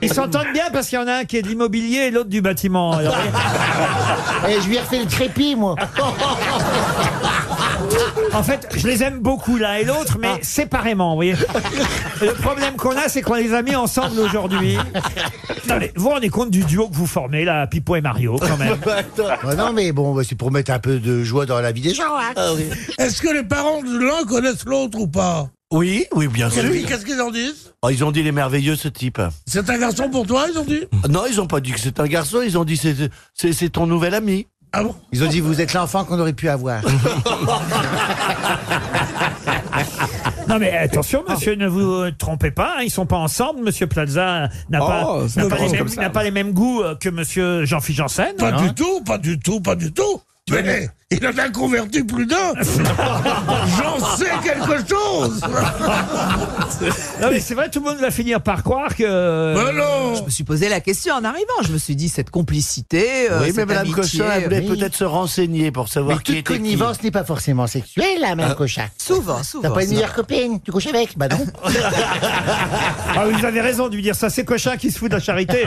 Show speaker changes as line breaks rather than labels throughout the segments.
Ils s'entendent bien parce qu'il y en a un qui est de l'immobilier et l'autre du bâtiment. Alors,
Et Eh, je lui ai refait le crépi, moi.
Ah,
en fait, je les aime beaucoup l'un et l'autre, mais
Ah.
séparément, vous voyez. Le problème qu'on a, c'est qu'on les a mis ensemble aujourd'hui. Non, mais vous vous rendez compte du duo que vous formez, là, Pipo et Mario, quand même.
bah,
Ouais, non, mais bon, bah, c'est pour mettre un peu de joie dans la vie des gens. hein.
Est-ce que les parents de l'un connaissent l'autre ou pas
Oui, oui, bien
Et
sûr.
lui, qu'est-ce qu'ils en disent
Oh, ils ont dit, il est merveilleux ce type.
C'est un garçon pour toi, ils ont dit
Ah, Non, ils ont pas dit que c'est un garçon, ils ont dit, c'est, c'est, c'est ton nouvel ami.
Ah bon
Ils ont dit, vous êtes l'enfant qu'on aurait pu avoir.
Non, mais attention, monsieur, ne vous euh, trompez pas. hein, ils sont pas ensemble. Monsieur Plaza n'a pas,
Oh,
n'a pas les, mêmes, n'a pas les mêmes goûts euh, que monsieur Jean-Philippe Janssen.
Pas
hein.
du tout, pas du tout, pas du tout. Mais il en a converti plus d'un. J'en sais quelque chose.
Non, mais c'est vrai, tout le monde va finir par croire que. euh,
Mais non.
Je me suis posé la question en arrivant. Je me suis dit, cette complicité, euh,
oui, mais
cette
Madame
amitié,
Cochin, elle voulait
oui.
peut-être se renseigner pour
Mais
savoir qui Ah.
toute
était qui.
connivence n'est pas forcément sexuelle, la mère Cochin.
souvent,
T'as
souvent.
pas une
souvent.
meilleure copine Tu couches avec Bah non.
Ah, vous avez raison de lui dire ça. C'est Cochin qui se fout de la charité.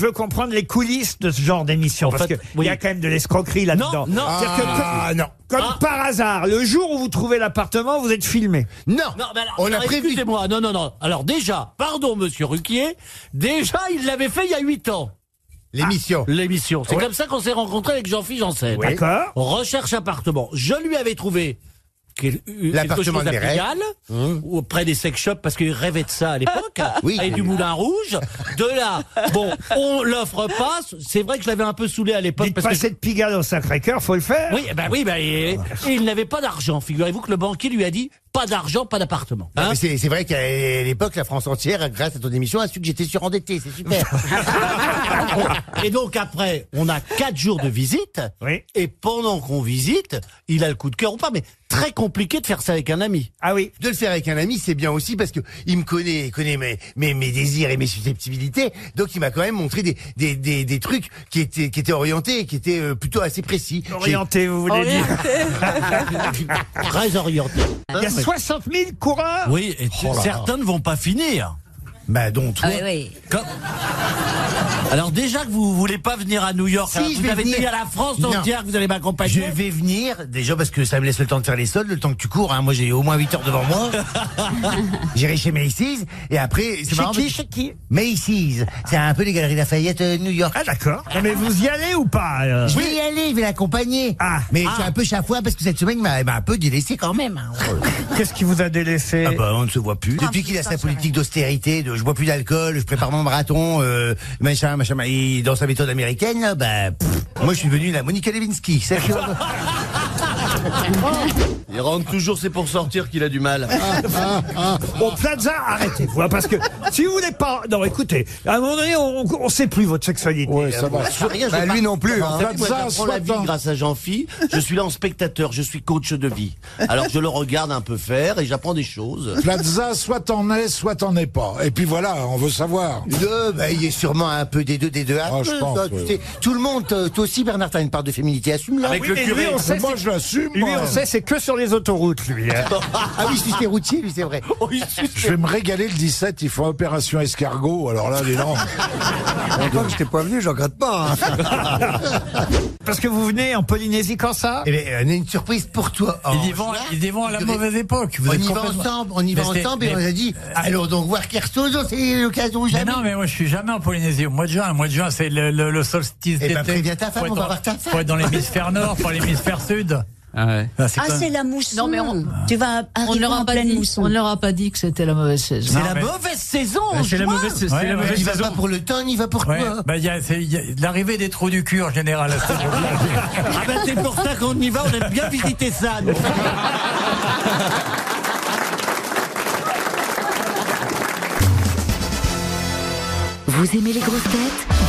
Je veux comprendre les coulisses de ce genre d'émission. parce qu'il y a quand même de l'escroquerie là-dedans.
non.
C'est-à-dire que
Ah non.
comme, comme par hasard, le jour où vous trouvez l'appartement, vous êtes filmé.
Non, mais alors, on a prévu. Excusez-moi, non, non, non. Alors déjà, pardon, Monsieur Ruquier, déjà, il l'avait fait il y a 8 ans.
L'émission.
L'émission. C'est comme ça qu'on s'est rencontrés avec Jean-Philippe Janssen.
D'accord.
Recherche appartement. Je lui avais trouvé quel- euh, quelque
L'appartement
chose à
des rêves.
Pigalle,
Mmh.
ou auprès des sex shops, parce qu'il rêvait de ça à l'époque,
Oui.
et du Moulin Rouge. De là, bon, on l'offre pas. C'est vrai que je l'avais un peu saoulé à l'époque.
Dites
parce que
passer de Pigalle au Sacré-Cœur, faut le faire.
Oui, ben oui, ben, et, et il n'avait pas d'argent. Figurez-vous que le banquier lui a dit pas d'argent, pas d'appartement.
Ah.
Hein
Mais C'est c'est vrai qu'à l'époque, la France entière, grâce à ton émission, a su que j'étais surendetté. C'est super.
Hein et donc après, on a quatre jours de visite.
Oui.
Et pendant qu'on visite, il a le coup de cœur ou pas, mais très compliqué de faire ça avec un ami.
Ah oui.
De le faire avec un ami, c'est bien aussi parce que il me connaît, il connaît mes, mes, mes désirs et mes susceptibilités. Donc il m'a quand même montré des, des, des, des trucs qui étaient, qui étaient orientés et qui étaient euh, plutôt assez précis. J'ai-
Orienté,
Oh,
vous voulez dire.
Très orienté. Oh
Il y a 60 000 coureurs.
Ah. Oui, et certains ne vont pas finir.
Bah donc toi.
Comme- Alors déjà que vous voulez pas venir à New York,
Si,
alors
je
vous
vais
avez
venir.
tenu à la France
Non.
entière que vous allez
Je
m'accompagner.
vais venir, déjà parce que ça me laisse le temps de faire les soldes, le temps que tu cours, hein. moi j'ai au moins 8 heures devant moi. J'irai chez Macy's, et après... c'est marrant, mais- Macy's, c'est un peu les galeries Lafayette euh, New York.
Ah d'accord. Non, mais vous y allez ou pas euh
Je vais y aller, je vais l'accompagner.
Ah.
mais je suis un peu chafouin parce que cette semaine, il m'a il m'a un peu délaissé quand même. hein.
Ah
Qu'est-ce qui vous a délaissé
Ah bah on ne se voit plus. Depuis qu'il a sa politique d'austérité, de je bois plus d'alcool, je prépare mon marathon, euh, machin, machin, ma- et dans sa méthode américaine, là, bah pff, moi je suis devenu la Monica Lewinsky.
Ah,
c'est-
Il rentre toujours, c'est pour sortir qu'il a du mal.
Bon, Plaza, arrêtez-vous, hein, parce que si vous voulez pas... Non, écoutez, à un moment donné, on, on sait plus votre sexualité.
Bah, lui non plus. hein.
Moi, j'apprends la vie grâce à Jean-Phi. Je suis là en spectateur, je suis coach de vie. Alors je le regarde un peu faire et j'apprends des choses.
Plaza, soit t'en es, soit t'en es pas. Et puis voilà, on veut savoir.
Deux, bah, il est sûrement un peu des deux, des deux. un
Ah, je
peu,
pense,
ça, tu
oui,
sais. Tout le monde, euh, toi aussi Bernard, t'as une part de féminité, assume-la.
Ah Oui, mais lui, on sait,
Mais moi,
c'est-
je l'assume.
lui,
moi.
on sait, c'est que sur les autoroutes, lui. hein.
Ah oui, je suis routier, lui, c'est vrai.
Je vais me régaler le 17, ils font opération escargot. Alors là, les gens.
Encore que je t'ai pas venu, j'en gratte pas.
Parce que vous venez en Polynésie quand ça
Eh bien, on a une surprise pour toi.
Ils y
Ange.
vont, ils y vont à la
Je-
mauvaise époque. Vous
Oh, on
êtes
y va
complètement-
ensemble, on y va
Mais c'est-
ensemble et on
mais-
a dit, allons donc voir Kersozo, c'est l'occasion ou
Mais
jamais.
non, mais moi je suis jamais en Polynésie. Au mois de juin, au mois de juin, c'est le, le- le solstice
Eh
d'été.
ben, préviens ta femme,
Faut être
on va
dans-
voir ta femme.
Faut être dans l'hémisphère nord, pas l'hémisphère sud. Ah, c'est
Ah,
pas-
c'est la mousson.
Non, mais on-
tu vas
On ne
arriver
leur
en
a pas
pleine
dit- on
mousson.
ne leur a pas dit que c'était la mauvaise saison.
C'est la
mais-
mauvaise saison.
C'est la
juin.
mauvaise, c'est
Ouais,
la
ouais.
mauvaise
Il va
saison.
pas pour le temps, il va pour
Ouais,
toi.
bah, il y a, c'est- il y a l'arrivée des trous du cul en général. à cette époque-là.
Ah ben, c'est pour ça qu'on y va. On aime bien visiter ça. nous.
Vous aimez les grosses têtes